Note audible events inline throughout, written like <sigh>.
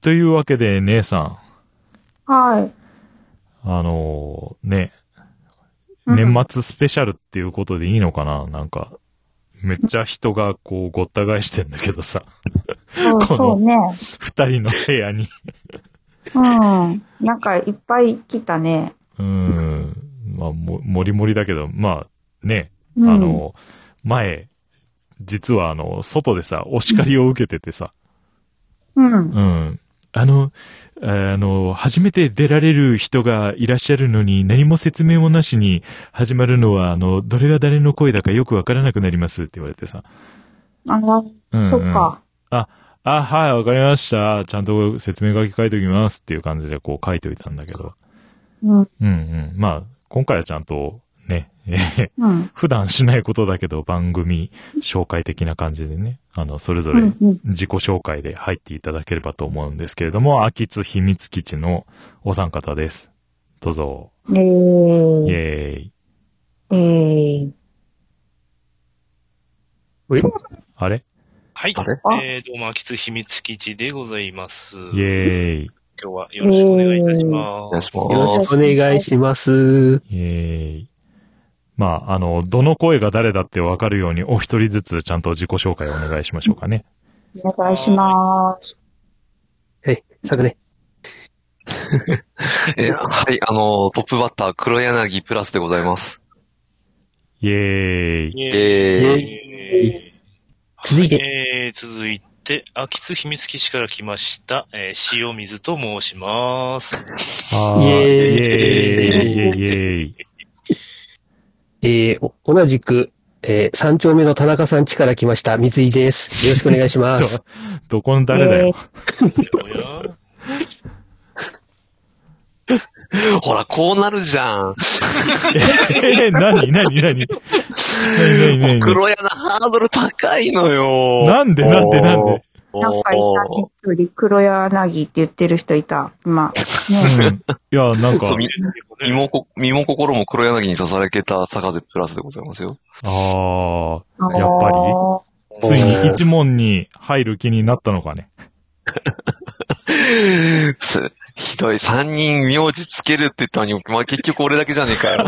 というわけで、姉さはい。ん、あのーね、うん年末スペシャルっていうことでいいのかななんか、めっちゃ人がこうごった返してんだけどさ、 <laughs> そこう、のそうね。二人の部屋に。 <laughs> うん。なんかいっぱい来たね。うーん、まあ、も、もりもりだけど、まあ、ね、うん、あ、の、前、実はあの、外でさ、お叱りを受けててさ、うん。うん。あの、あの、初めて出られる人がいらっしゃるのに何も説明もなしに始まるのは、あの、どれが誰の声だかよくわからなくなりますって言われてさ。あの、うん、うん。そっ。か。あ、はい、わかりました。ちゃんと説明書き書いておきますっていう感じでこう書いておいたんだけど。ううん。んうん。まあ、今回はちゃんとね、 <laughs> えへへうん。普段しないことだけど番組紹介的な感じでね、あの、それぞうれん。うん。自己紹介で入っていただければと思うんですけれども、秋津秘密基地のお三方です。どうぞ。えーイ。ェーイ。えー。あれはいあれ。えー、どうも、秋津秘密基地でございます。イェーイ。今日はよろしくお願いいたします。お願いしす。まよろしくお願いします。イェーイ。まあ、あの、どの声が誰だってわかるようにお一人ずつちゃんと自己紹介をお願いしましょうかね。お願いします。さくね。す。えはい、あの、トップバッター、黒柳プラスでございます。イェーイ。イェーイえー、えー続いてえー、続いて、秋津秘密基地から来ました、えー、塩水と申します。あーイェーイイェーイ。イェーイ。えー、お同じく、えー、三丁目の田中さん家から来ました、水井です。よろしくお願いしまど <laughs> す。、どこの誰だよ。おやほら、こうなるじゃん。えー、なになになになになに黒柳ハードル高いのよ。なんでなんでなんで、おーなんかいたね、一人、黒柳って言ってる人いた。 <laughs> 今。ねうん、いや、なんかそう、み身もこ、身も心も黒柳に刺されけた坂瀬プラスでございますよ。 <laughs> ああ、あのーやっぱりついに一問に入る気になったのかね。すひどい、三人名字つけるって言ったのに、まあ、結局俺だけじゃねえかよ。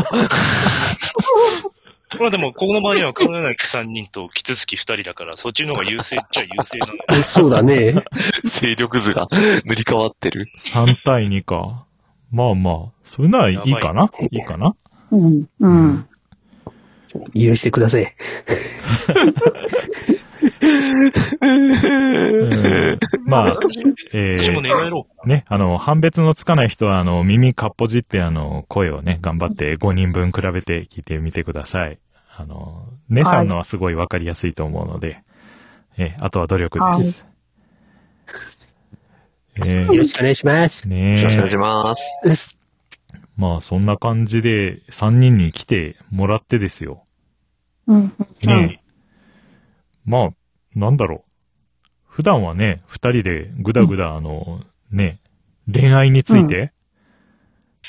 まあでも、この場合には黒柳3人とキツツキ2人だから、そっちの方が優勢っちゃ優勢なのよ。そうだね。勢力図が塗り替わってる。 3対2か。まあまあ、それならいいかないいかなうん。うん。許してください。 <laughs> うんまあ、え私もー、願いろね、あの、判別のつかない人は、あの、耳かっぽじって、あの、声をね、頑張って5人分比べて聞いてみてください。あの、姉さんのはすごいわかりやすいと思うので、えーあとは努力です。えよろー、しくお願いします。ねよろしくお願いえします。まあそんな感じで3人に来てもらってですよ。うん。ねまあ、なんだろう。普段はね、二人でぐだぐだあの、ね、恋愛について、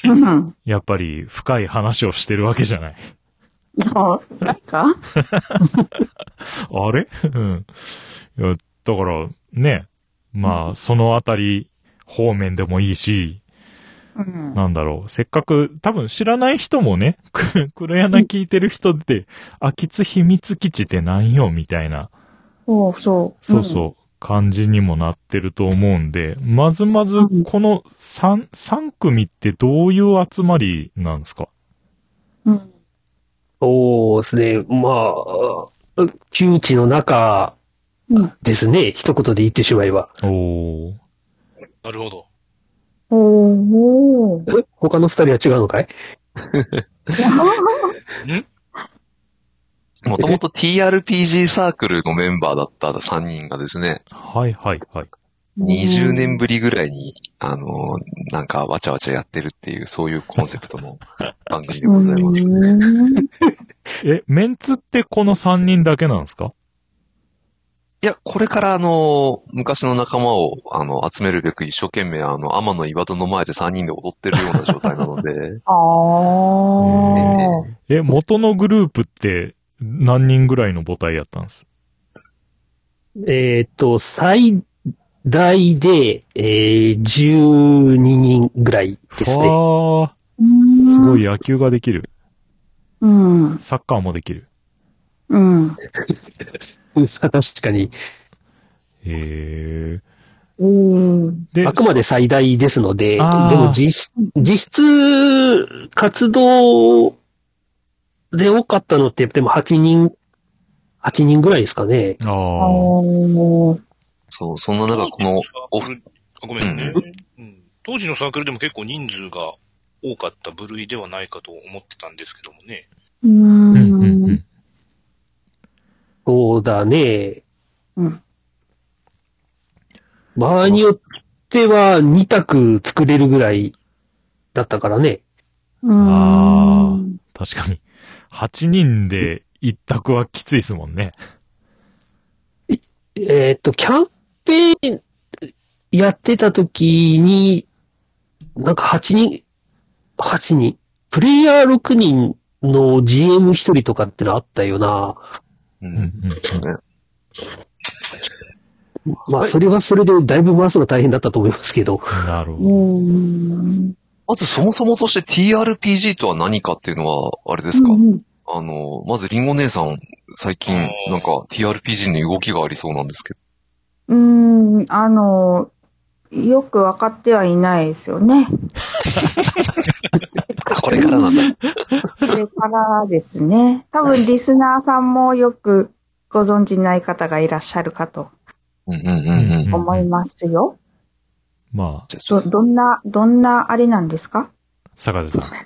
うん。やっぱり深い話をしてるわけじゃ <laughs> ない。そう、なんかあれ <laughs> うん。いや、だから、ね、まあ、そのあたり方面でもいいし、うん。なんだろう、せっかく、多分知らない人もね、く黒柳聞いてる人って、秋津秘密基地ってなんよ、みたいな。そうそう。そうそう、感じにもなってると思うんで、まずまずうんこの三、三組ってどういう集まりなんですかうん。うん。おーですね。まあ、窮地の中うんですね。一言で言ってしまえば。おー。なるほど。 <laughs> おー。え他の二人は違うのかいもともと TRPG サークルのメンバーだった3人がですね、はいはいはい。 20年ぶりぐらいに、あの、なんかわちゃわちゃやってるっていう、そういうコンセプトの番組でございます。うんえ、メンツってこの三人だけなんですかいや、これからあの、昔の仲間を、あの、集めるべく一生懸命、あの、天の岩戸の前で3人で踊ってるような状態な <laughs>、のであー。え、元のグループって何人ぐらいの母体やったんですえーっと、最大で、えー、12人ぐらいですね。はあ、うんすごい。野球ができる。うん。サッカーもできる。うん。うん確かに。へうん。え。で、あくまで最大ですので、であーも実、実質、活動で多かったのって、でも8人、8人ぐらいですかね。あああ。ーそう、そんな中、この、おサークルあごめんね、うん当時のサークルでも結構人数が多かった部類ではないかと思ってたんですけどもね。う。うんうんうんん。そうだね。うん。場合によっては2択作れるぐらいだったからね。うん。あ確かに。8人で一択はきついですもんね。えーっと、キャンペーンやってた時に、なんか8人、8人、プレイヤー6人の GM1 人とかってのあったよな。ううんうんん、まあ、はいそれはそれでだいぶ回すのが大変だったと思いますけど。うん。なるほうど。ん。まずそもそもとして TRPG とは何かっていうのは、あれですか、うんあの、まずリンゴ姉さん、最近、なんか TRPG に動きがありそうなんですけど。うん、あの、よく分かってはいないですよね。 <laughs> これからなんだ。これからですね。多分リスナーさんもよくご存知ない方がいらっしゃるかとうんうんうんうん。うん思いますよ。まあ、じゃあ、ちょど、っと、どんな、どんなあれなんですか坂田さん。 <laughs>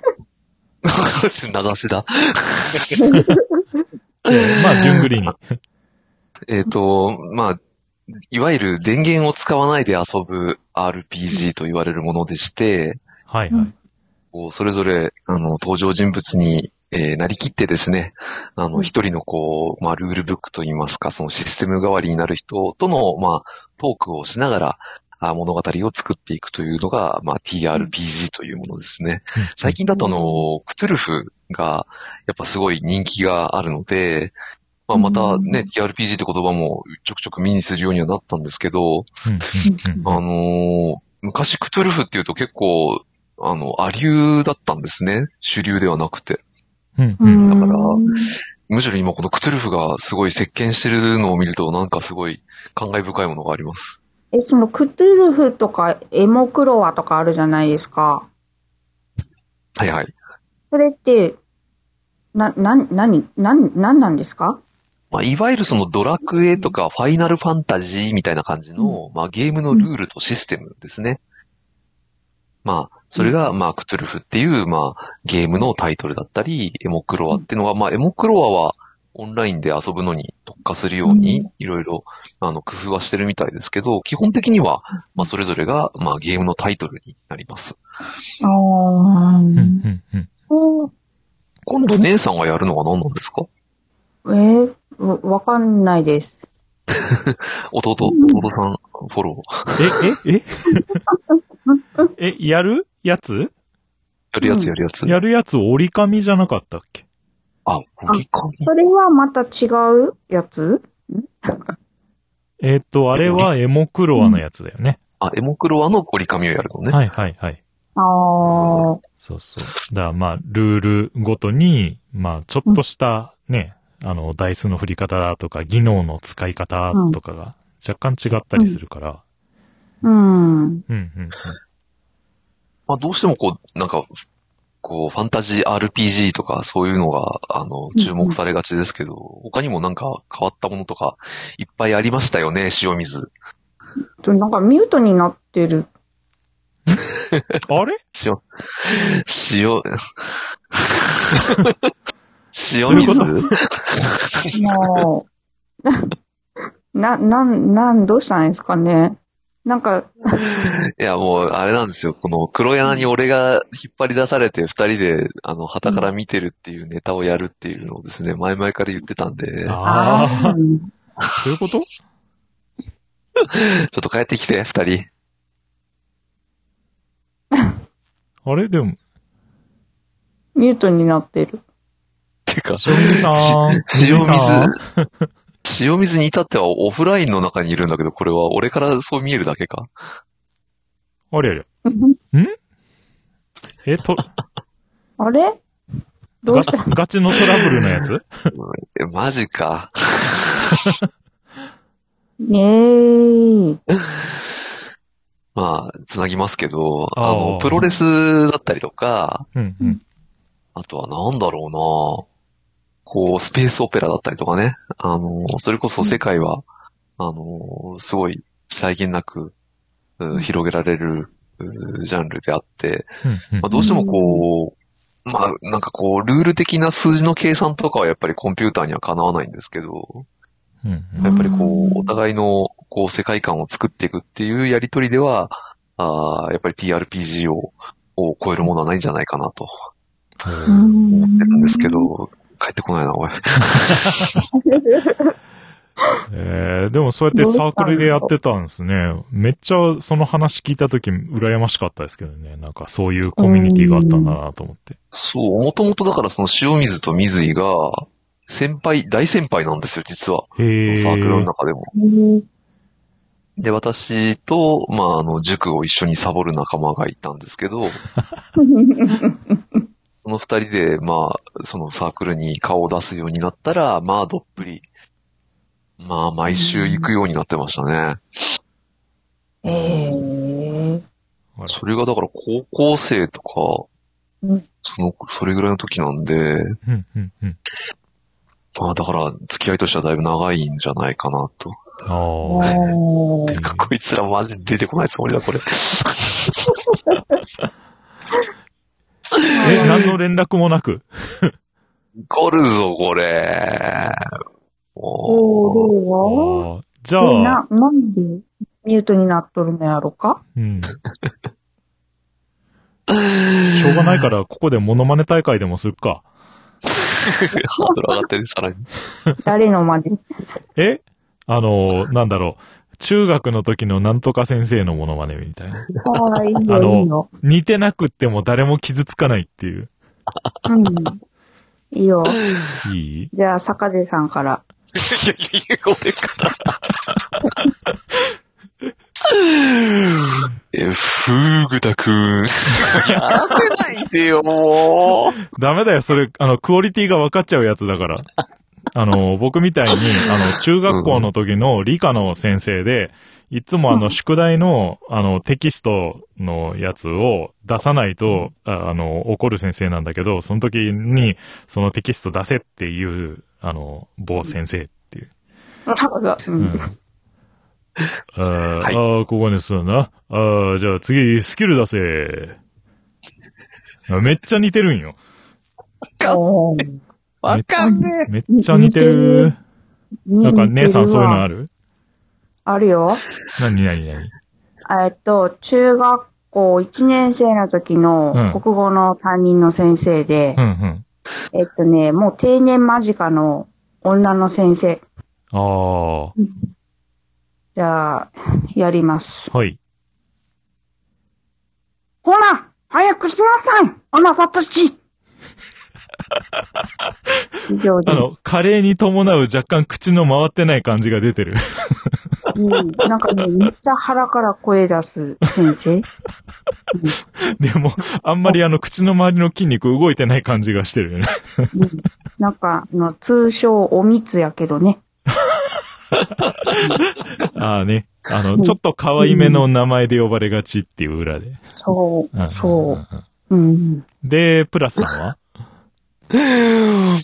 名指しだ。いやいやまあ、順繰りに。えっ、と、まあ、いわゆる電源を使わないで遊ぶ RPG と言われるものでして、はいはい。こうそれぞれ、あの、登場人物に、えーなりきってですね、あうの、ん一人のこう、まあ、ルールブックといいますか、そのシステム代わりになる人との、まあ、トークをしながら、あ物語を作っていくというのが、まあ、TRPG というものですね。最近だとあの、クトゥルフが、やっぱすごい人気があるので、まあ、またね、TRPG って言葉もちょくちょく身にするようにはなったんですけど、うんうんうんあのー昔クトゥルフっていうと結構、あの、ア流だったんですね。主流ではなくて。うんううんん。だからうんむしろ今このクトゥルフがすごい席巻してるのを見るとなんかすごい感慨深いものがあります。え、そのクトゥルフとかエモクロワとかあるじゃないですか。はいはい。それって、な、な、なに、なん、なんなんですかまあ、いわゆるそのドラクエとかファイナルファンタジーみたいな感じの、まあ、ゲームのルールとシステムですね。まあ、それが、まあ、クトゥルフっていう、まあ、ゲームのタイトルだったり、エモクロワっていうのは、まあ、エモクロワはオンラインで遊ぶのに特化するよううに、いろいろ、あの、工夫はしてるみたいですけど、基本的には、まあ、それぞれが、まあ、ゲームのタイトルになります。ああうんうんうん。今度、姉さんがやるのは何なんですかえーわわかんないです。弟、弟さん、フォロー。え、え、え <laughs> え、やるやつやるやつやるやつ。やるやつ折り紙じゃなかったっけあ、折り紙。それはまた違うやつえーっと、あれはエモクロアのやつだよね。あ、エモクロワの折り紙をやるのね。はいはいはい。ああ、そうそう。だからまあ、ルールごとに、まあ、ちょっとしたね、あの、ダイスの振り方だとか、技能の使い方とかが若干違ったりするから。ううん。んうんうん。まあどうしてもこう、なんか、こう、ファンタジー RPG とかそういうのが、あの、注目されがちですけど、他にもなんか変わったものとか、いっぱいありましたよね、塩水。ちょなんかミュートになって <laughs> る。あれ塩、塩、塩どう水もう、な、なん、なん、どうしたんですかね。なんか、いや、もう、あれなんですよ。この黒柳に俺が引っ張り出されて、二人で、あの、旗から見てるっていうネタをやるっていうのをですね、前々から言ってたんで、ちょああーあ、そういうことっと帰ってきて、二人。あれでも、ミュートになってる。てか、塩水さん。し塩水さん。塩水に至ってはオフラインの中にいるんだけど、これは俺からそう見えるだけかあれあれ。え、と、あれどうガしたガチのトラブルのやつえ、マジか。ねえ。まあ、つなぎますけど、ああーの、プロレスだったりとか、うんうん。あとはなんだろうなこう、スペースオペラだったりとかね。あの、それこそ世界は、あの、すごい、際限なく、うん広げられる、うんジャンルであって、うんうんまあ、どうしてもこう、まあ、なんかこう、ルール的な数字の計算とかはやっぱりコンピューターにはかなわないんですけど、うんうんやっぱりこうんう、お互いの、こう、世界観を作っていくっていうやりとりでは、ああ、やっぱり TRPG を、を超えるものはないんじゃないかなと思ってるんですけど、帰ってこないな、おい。えーでもそうやってサークルでやってたんですね。めっちゃその話聞いたとき羨ましかったですけどね。なんかそういうコミュニティがあったんだなと思って。そう、もともとだからその塩水と水井が、先輩、大先輩なんですよ、実は。そへのえ。サークルの中でも。うんで、私と、まあ、あの、塾を一緒にサボる仲間がいたんです <laughs> けど、その二人で、まあ、そのサークルに顔を出すようになったら、まあ、どっぷり、まあ、毎週行くようになってましたね。ええ。あらそれがだから高校生とうかん、その、それぐらいの時なんで、うんうんうん。まあ、だから、付き合いとしてはだいぶ長いんじゃないかなと。ああ。おえーーか <laughs> こいつらマジ出てこないつもりだ、これ。え、何の連絡もなく。来るぞ、これ。もう、あおー、ーじゃどうやあ、な、なんでミュートになっとるのや <laughs> ろかうん。しょうがないから、ここでモノマネ大会でもするか。ハードル上がってる、さらに。誰のまで。えあのー、なんだろう。中学の時のなんとか先生のモノマネみたいな。かわいいあよ、のいいよ。似てなくっても誰も傷つかないっていう。うん。いいよ。いいじゃあ、坂出さんから。いやいや、俺から。 <laughs> え、ふーぐたくん。やらせないでよ、もう。ダメだよ、それ、あの、クオリティが分かっちゃうやつだ <laughs> から。あの、僕みたいに、あの、中学校の時の理科の先生で、いつもあの、宿題の、あの、テキストのやつを出さないと、ああの、怒る先生なんだけど、その時に、そのテキスト出せっていう、あの、某先生っていう。ううんん。 <laughs> あーはいあー、ここにそうだな。ああ、じゃあ次、スキル出せ。めっちゃ似てるんよ。おーわかんねめっちゃ似てる。なんか、姉さんそういうのあるるあるよ。なになになにえっと、中学校1年生の時のうん国語の担任の先生でう、んうん。えっとね、もう定年間近の女の先生。あじゃあ、やります。あ、はい。ほら早くしなさいあなたた <laughs> ち以上であの、カレーに伴う若干口の回ってない感じが出てる。 <laughs> す。うんなんかね、めっちゃ腹から声出す <laughs> 先生。でも、あんまりあの、口の周りの筋肉動いてない感じがしてる <laughs> よね。うんなんか、あの通称おみつやけどね。ああね。あの、ちょっと可愛めの名前で呼ばれがちっていう裏で。そうんう、そうんう。 <laughs> うん。うんで、プラスさんは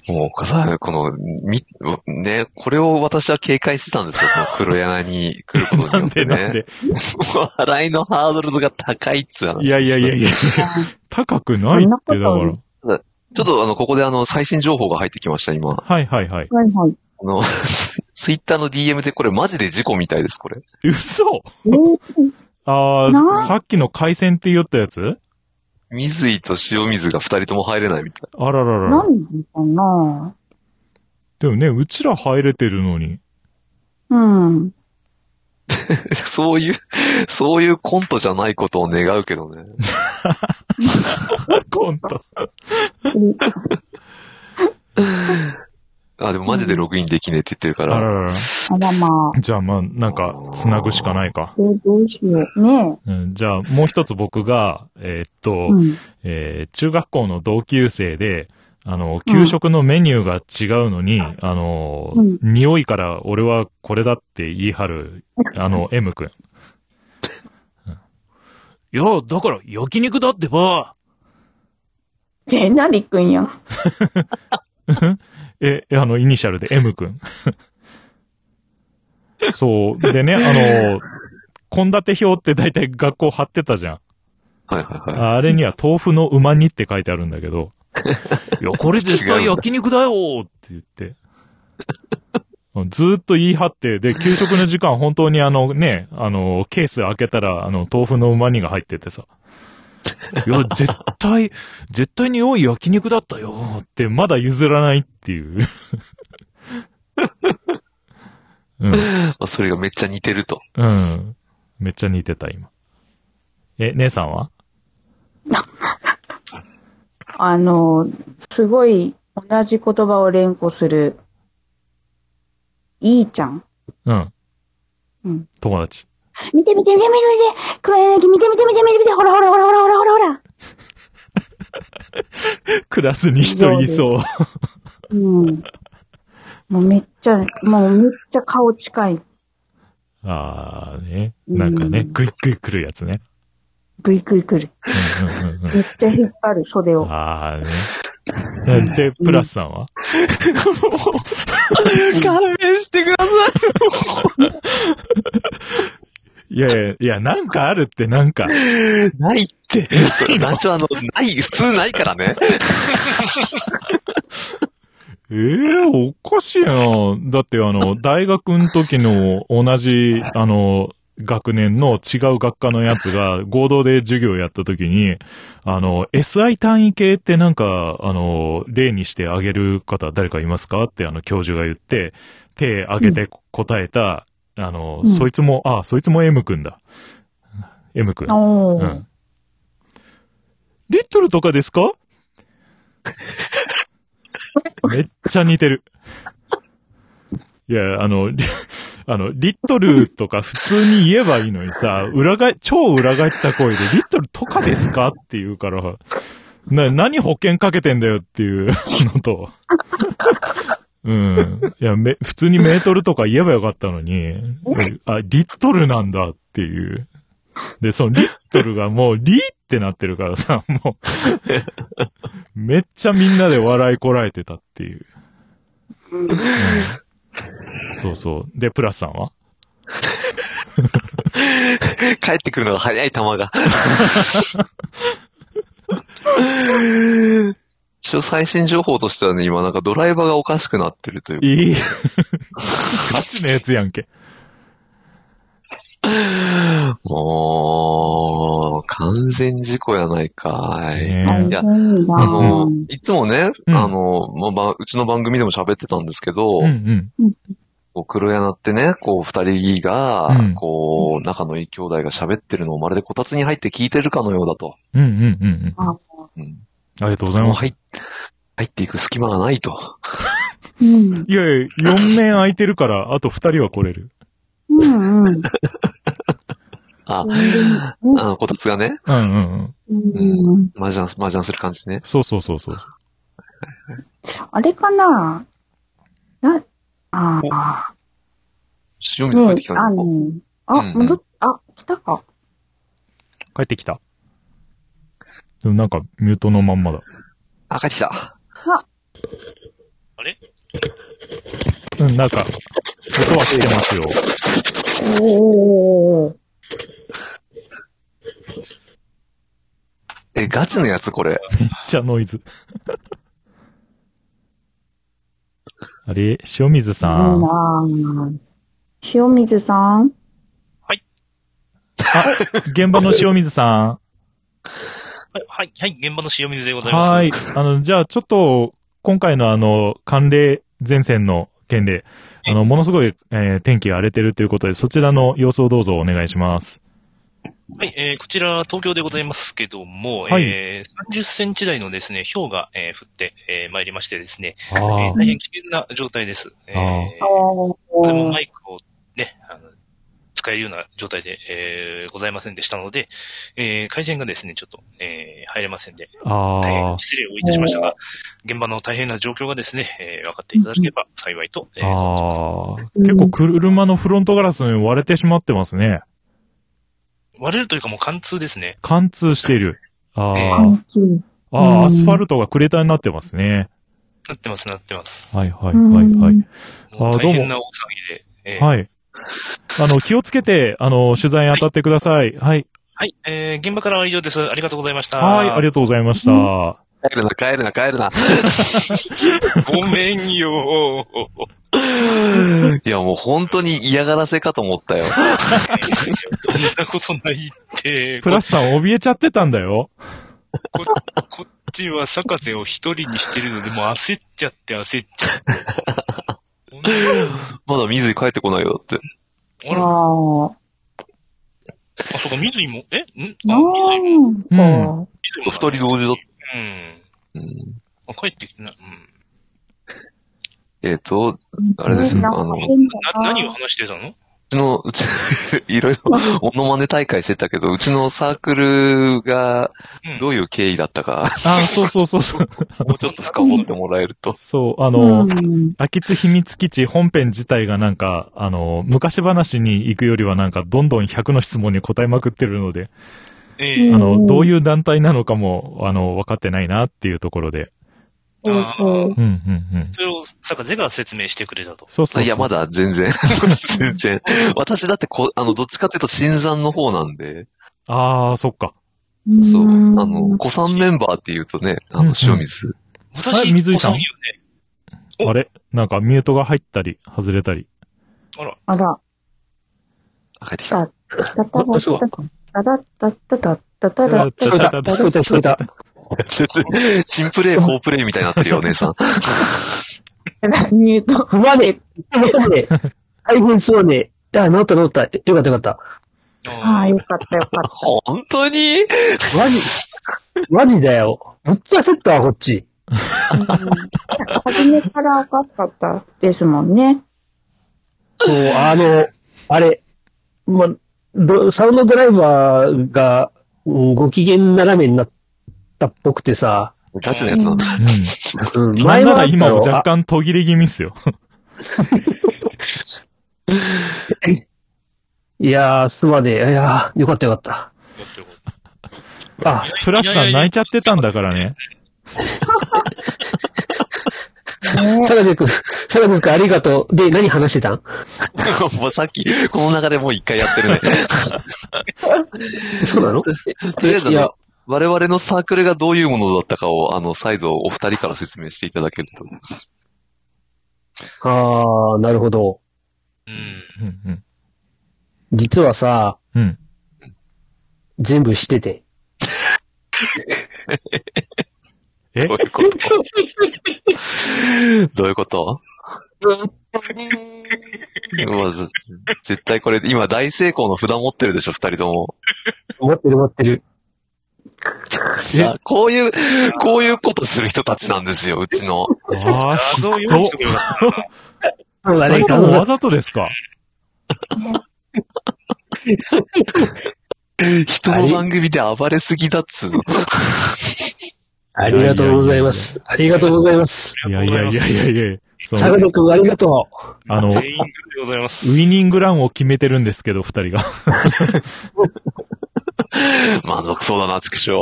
もう、さ、この、み、ね、これを私は警戒してたんですよ。この黒柳に来ることによっで、てなんね。で笑いのハードルが高いっつう話いやいやいやいや。高くないって、だかそんならこ。ちょっとあの、ここであの、最新情報が入ってきました、今。はいはいはい。はいはい。あの、 <laughs> ツイッターの DM でこれマジで事故みたいです、これ。嘘えーあなあ、さっきの海鮮って言ったやつ水井と塩水が二人とも入れないみたい。 <laughs> あらららら。何でかなでもね、うちら入れてるのに。うん。そういう、そういうコントじゃないことを願うけどね。コント。ああ、でもマジでログインできねえって言ってるかあら。ららら。あらまあ。じゃあまあ、なんか、繋ぐしかないか。えーどうしよう。ねうん、じゃあ、もう一つ僕が、えーっえ。と、うん。えー中学校の同級生で、あの、給食のメニューが違うのに、あの、うん匂いから俺はこれだって言い張る、あの、M 君。いや、だから焼肉だってば。え、なりくんや。え、あの、イニシャルで M <laughs> 君。そう。でね、あの、献立表って大体学校貼ってたじゃん。はいはいはい。あれには豆腐の旨煮って書いてあるんだけど、いや、これ絶対焼肉だよって言って。 <laughs> ずーっと言い張って、で、給食の時間本当にあのね、あの、ケース開けたら、あの、豆腐の旨煮が入っててさ。 <laughs> いや、絶対、絶対に多い焼肉だったよって、まだ譲らないっていう。 <laughs> うん。まあ、それがめっちゃ似てると。うん。めっちゃ似てた、今。え、姉さんはあの、すごい同じ言葉を連呼する、いいちゃん。うん。うん。友達。見て見て見て見て見て黒柳見て見て見て見て見てほらほらほらほらほらほらほらクラスに人いそう。うん。もうめっちゃ、もうめっちゃ顔近い。ああね。なんかね、うんグイグイ来るや <laughs> つね。ぐいぐい来る。うんうんうんめっちゃ引っ張る袖うをん、。ああね。で、プラスさんは勘弁してください。いやいや、いや、なんかあるってなんか。ないって。それ、団長あの、ない、普通ないからね。 <laughs> ええおかしいな。だってあ <laughs> の、大学の時の同じ、あの、学年の違う学科のやつが合同で授業やった時に、あの、SI 単位系ってなんか、あの、例にしてあげる方誰かいますかってあの、教授が言って、手挙げて答えた、あの、うんそいつも、あ、そいつも M 君だ。M 君。おうーん。リットルとかです <laughs> かめっちゃ似てる。いや、あの、リ <laughs> あの、リットルとか普通に言えばいいのにさ、裏返、超裏返った声で、リットルとかですかって言うから、な、何保険かけてんだよっていう <laughs> のと、うん。いや、め、普通にメートルとか言えばよかったのに、あ、リットルなんだっていう。で、そのリットルがもうリーってなってるからさ、 <laughs> もう、めっちゃみんなで笑いこらえてたっていう。うんそうそう。で、プラスさんは帰ってくるのが早い球 <laughs> が。一応最新情報としてはね、今なんかドライバーがおかしくなってるという。いい。ガチのやつやんけ。もう、完全事故やないかい。ね大えいや変だあの、いつもね、うんあの、まあまあ、うちの番組でも喋ってたんですけど、うんうん。こう黒柳ってね、こう、二人が、うんこう、仲のいい兄弟が喋ってるのをまるでこたつに入って聞いてるかのようだと。うんうんうんうん。ああうん、りがとうございもうます。入っ入っていく隙間がないと。うん。いやいや、4面空いてるから、あと2人は来れる。うんうん。あ、うあの、こたつがね、うんうんうん。んうん。麻雀、麻雀する感じね。そうそうそうそう。あれかなな、ああ。塩水ね入えってきたあの、の、あ、うんうん戻っ、あ、来たか。帰ってきた。でもなんか、ミュートのまんまだ。あ、帰ってきた。うん、なんか、音は来てますよ。おー。え、ガチのやつこれ。めっちゃノイズ。あれ塩水さいいん。あ、なぁ塩水さん現場の塩水さはい、はい、はい、現場の塩水でごん。ざいます。はーい。あの、じゃあちょっと、今回のあの、寒冷前線の件で、あの、ものすごい、えー天気が荒れてるということで、そちらの様子をどうぞお願いします。はい、えーこちら東京でございますけども、はいえー30センチ台のですね、氷が、えー降って、えーまいりましてですね、えああー大変危険な状態です。えーあこれもマイクをね、あの使えるような状態で、えーございませんでしたので、えー回線がですね、ちょっと、えー入れませんで、あ大あ変。失礼をいたしましたが、現場の大変な状況がですね、えー分かっていただければ幸いと、えー存じます。ああ。結構車のフロントガラスに割れてしまってますね。割れるというかもう貫通ですね。貫通している。あえあ。感じああ、アスファルトがクレーターになってますね。なってます、なってます。はいはいはいはい。もうあーどうも大変な大騒ぎで、えーはい。あの、気をつけて、あの、取材に当たってください。はい。はい、えー現場からは以上です。ありがとうございました。はい、ありがとうございました。帰るな、帰るな、帰るな。ごめんよー。 <laughs> いや、もう本当に嫌がらせかと思ったよ。そんなことないって。プこラスさん、怯えちゃってたんだよ。ここっちは坂瀬を一人にしてるので、もう焦っちゃって焦っち <laughs> ゃって。まだ水井帰ってこないよだって。ああら、あ、あ。そうか、水井も、えんあ、水井も。なんか、水井も二人同時だっうん。うんあ、帰ってきてない。うん。えっ、と、あれですよ、あの、うな、何を話してたのちの、 <laughs> うち、いろいろ、モノマネ大会してたけど、うちのサークルがうん、どういう経緯だったか、あ <laughs> あ、そうそうそうそう。もうちょっと深掘ってもらえると。そう、あの、うん秋津秘密基地本編自体がなんか、あの、昔話に行くよりはなんか、どんどん100の質問に答えまくってるので、ええあうの、んどういう団体なのかも、あの、分かってないなっていうところで。そうそう。うん、うん、うん。それを坂瀬が説明してくれたと。そうそうそう。いや、まだ全然、 <laughs> 全然。私だってこ、あの、どっちかっていうと、新参の方なんで、ああ、そっか。そう、あんの、、古参メンバーっていうとね、あうんうのん、塩水。はい水井さんお産よねおあれなんかミュートが入ったり、外れたり。あら、あ、帰ってきあた。たたたたたたたたたたたら、聞こえた、聞こえた、聞こえた。 <laughs> 新プレイ、高プレイみたいになってるよ、お姉さん。 <laughs> ミュート。我、我ね、大変そうね。あ、治った治った。よかったよかった。ああ、うんよかったよかっ本当にワニ、ワニだよ。めっちゃ焦ったわ、こっち。た。初めからおかしかったですもん <laughs> ね。こう、あの、あれ、ま、ドサウンドドライバーが、うんご機嫌斜めになったっぽくてさ、ガチのやつなんだ。ううんん。なんなあらった今もよ若干途切れ気味っすよ。いやー、すまねえ。いやー、よかったよかった。あ、プラスさん泣いちゃってたんだからね。サガデくん、サガデくんありがとう。で、何話してたん <laughs> もうさっき、この流れもう一回やってるね。そうなのとりあえずあいやの、我々のサークルがどういうものだったかを、あの、再度お二人から説明していただけると。あー、なるほど。うん。うん、うん。実はさ、うん。全部してて。えどういうこと <laughs> どういうことうわぜ絶対これ、今大成功の札持ってるでしょ、二人とも。持ってる持っ <laughs> てる。えあこういう、こういうことする人たちなんですよ、うちの。ああ、画ひ像ど用っ意しとけばよかったな。そうだ二ね人ともわざとですか人の番組で暴れすぎだっつうの。ありがとうございます。ありがとうございます。いやいやいやいやいや。そサガの、デくんありがとあの、ウ全員でございます。ィニングランを決めてるんですけど、二人が。満足そうだな、畜生。う。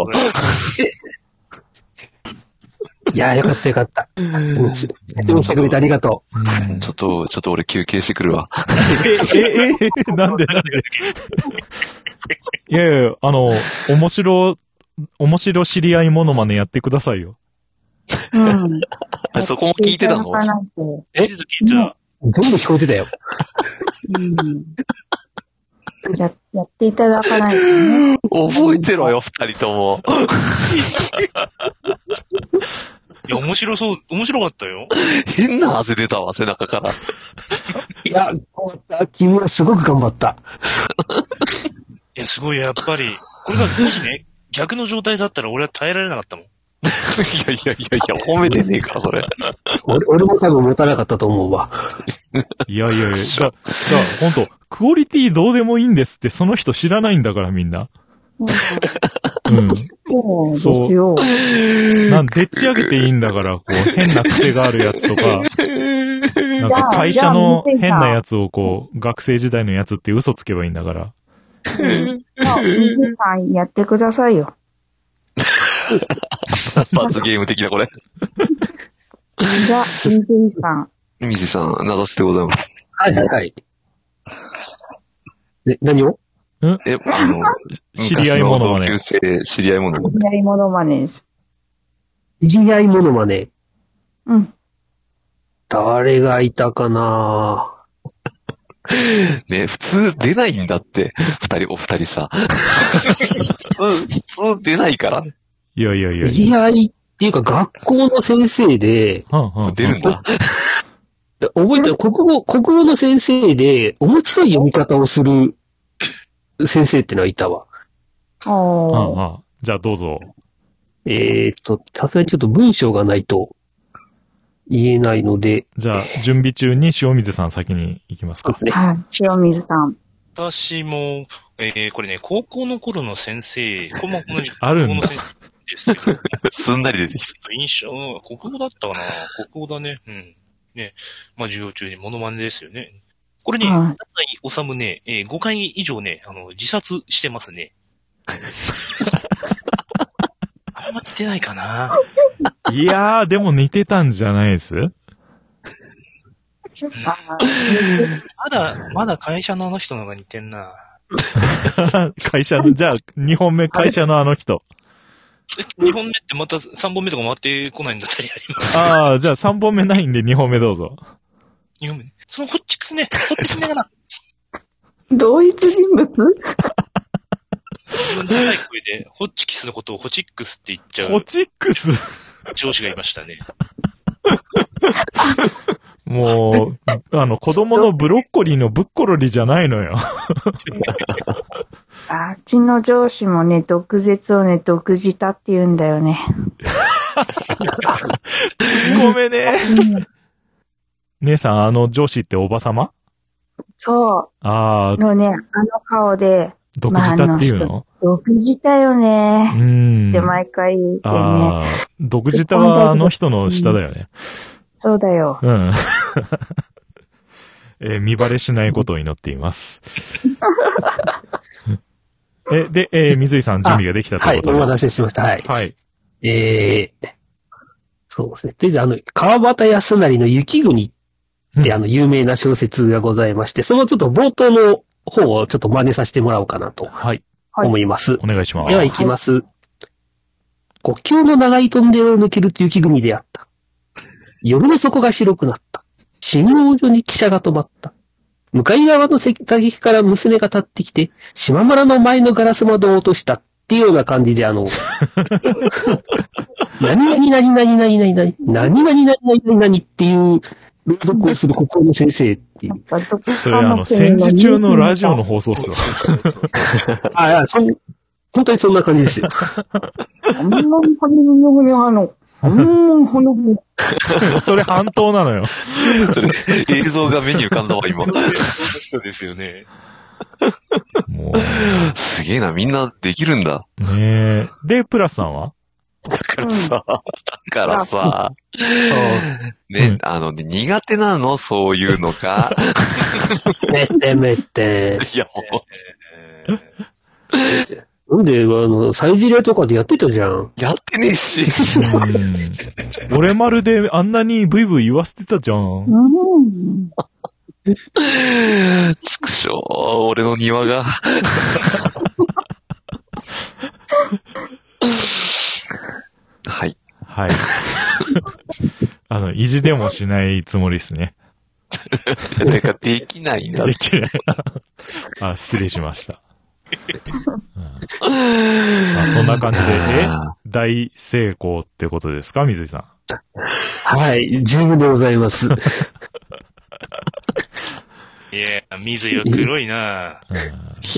いやー、よかったよかった。うん説明してくれてありがとうんちょっと、ちょっと俺休憩してくるわ。 <laughs> え、え、え、なんでなんでいやいや、あの、面白、面白知り合いモノマネやってくださいよ。うん。あそこも聞いてたの聞いないとえちょっと聞いちゃう。う。全部聞こえてたよ。うん。や、やっていただかないとね。覚えてろよ、二人とも。いや、面白そう、面白かったよ。変な汗出たわ、背中から。いや、困った。君はすごく頑張った。いやすごい、やっぱり、これが少しね、逆の状態だったら俺は耐えられなかったもん。いやいやいやいや、褒めてねえから、それ。俺俺も多分持たなかったと思うわ。いやい <laughs> やいや、だ、だ、本当クオリティどうでもいいんですって、その人知らないんだからみんな。うん。そうですよ。なん、でっち上げていいんだから、こう、変な癖があるやつとか、なんか会社の変なやつをこう、学生時代のやつって嘘つけばいいんだから。うんまあ、2時間やってくださいよ。罰ゲーム的な、これ。ザ・2時間。水さん、名指しでございます。はいはいはい。で、何をえ、あの、 <laughs> 知り合いものま昔ね。同級生、知り合いものまね。やりものまねです。知り合いものまね。うん。誰がいたかなね、普通出ないんだって、二人、お二人さ。普通、普通出ないから。いやいやいや知いり合いっていうか学校の先生で、や。うんうん出るんだ。え覚えてる国語、国語の先生で、面白い読み方をする先生ってのはいたわ。うんおうー。ん。じゃあどうぞ。えーっと、さすがにちょっと文章がないと言えないので、じゃあ、準備中に塩水さん先に行きますそうかで。すね。はい。塩水さん。私も、えー、これね、高校の頃の先生、これも同じ <laughs> あるん高校だの先生ですけど、ちょっすんなり出てきと印象、うん国語だったかな国語だね。うん。ね。まあ、授業中にモノマネですよね。これね、はい夏井治ね、えー、5回以上ね、あの、自殺してますね。 <laughs> あんま似てないかないやー、でも似てたんじゃないです <laughs> あーまだ、まだ会社のあの人の方が似てんな。会社の、じゃあ、2本目、会社のあの人。え、2本目ってまた3本目とか回ってこないんだったりあ <laughs> ります。ああ、じゃあ3本目ないんで2本目どうぞ。 2本目。そのこっちくすね。こっちくねがな。同一人物自分の高い声で、ホッチキスのことをホチックスって言っちゃホうチックス。上司がいましたね。もう、あの、子供のブロッコリーのブッコロリじゃないのよ。あっちの上司もね、毒舌をね、毒舌って言うんだよね。 <laughs> ごめんね。姉さん、あの上司っておばさまそあう。あ、のね、あの顔で、独自だっていうの、毒舌ようね。ーん。って毎回言ってね。ああ、独自たはあの人の下だよね。そうだよ。うん。 <laughs> えー見バレしないことを祈っています。 <laughs> え、で、えー水井さん準備ができたとはいうい、ことおで。待たせしました。はい。はい。えー、そうですね。とりあえず、あの、川端康成の雪国って、あの、有名な小説がございまして、そのちょっと冒頭の方をちょっと真似させてもらおうかなとはい。はい思います。お願いします。では行きます。国境の長いトンネルを抜けると雪国であった。夜の底が白くなった。信号所に汽車が止まった。向かい側の石打撃から娘が立ってきて、島村の前のガラス窓を落としたっていうような感じで、あの、何々何々何々何々、何々何々何々っていう、朗読をする国語の先生っていなんう。かどっそれかあのの、戦時中のラジオの放送っ <laughs> すよ。ああ、そん、本当にそんな感じですよ。ほんまにほんまにあの、ほんまにほんまにそれ半島なのよ。た。それ、映像が目に浮かんだわ、今。そうですよね。もすげえな、みんなできるんだ。う、ねえ。で、プラスさんはだからさ、だからさ、ね、あのね、苦手なの、そういう <laughs> のが。めてめて。いや、もえーなんで、あの、サイジリアとかでやってたじゃん。うやってねえし。うん。俺丸であんなにブイブイ言わせてたじゃん。うん。ちくしょう、俺の庭が。はい。はい。 <laughs> あの、意地でもしないつもりですね。なんかできないな。できない。あ、失礼しました。うんまあ、そんな感じで、えあ大成功ってことですか水井さん。はい、十分でございます。いや、水色黒いなぁ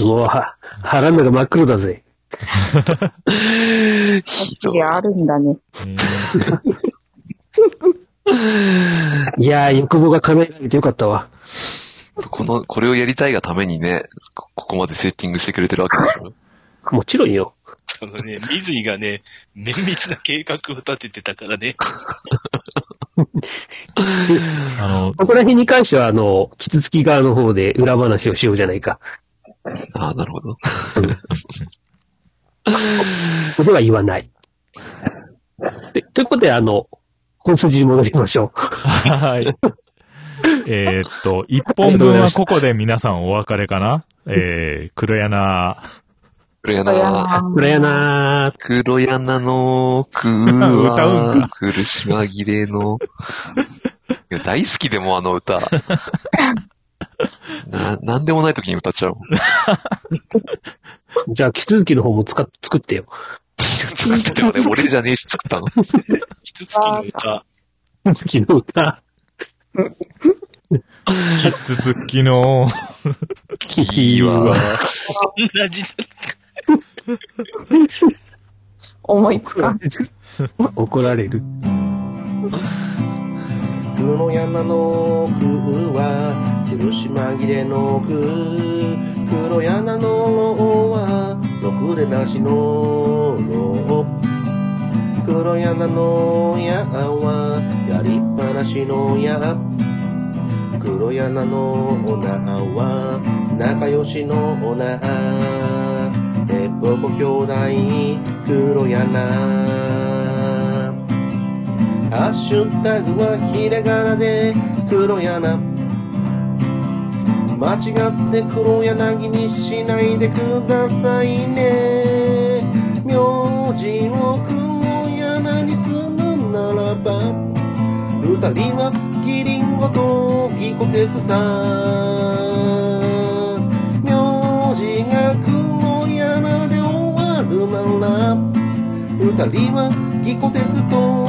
うんうわ、腹の中真っ黒だぜ。ひどいい。や、あるんだね。えいやー、欲望が叶えられてよかったわ。この、これをやりたいがためにね、こここまでセッティングしてくれてるわけでしょ。もちろんよ。そのね、水井がね、綿密な計画を立ててたから <laughs> ね。ーあの、ここら辺に関しては、あの、キツツキ側の方で裏話をしようじゃないか。ああ、なるほど。それでは言わない。でということで、あの、本筋に戻りましょはい。えーっと、一本分はここで皆さんお別れかなえー、黒柳、黒い柳、う。これやなー黒柳の句歌うんは、苦し紛 <laughs> れの。いや大好きでもあの歌。な、なんでもない時に歌っ <laughs> ちゃうもん。じゃあ、キツツキの方も使っ、作ってよ。作って <laughs> てもね、俺じゃねえし作ったの。キツツキの歌、キツツキの歌。キッズツッキの、いいわ。同じだ思いつかん。 <laughs> 怒られる。黒柳の句は苦し紛れの句黒柳の王はろくれなしの郎黒柳の矢はやりっぱなしの矢黒柳の女は仲良しの女えっぽこ兄弟黒柳ハッシュタグはひらがなで黒柳間違って黒柳にしないでくださいね名字を黒柳にするならば二人はキリンゴとギコテツさ名字が黒柳で終わるなら二人はギコテツと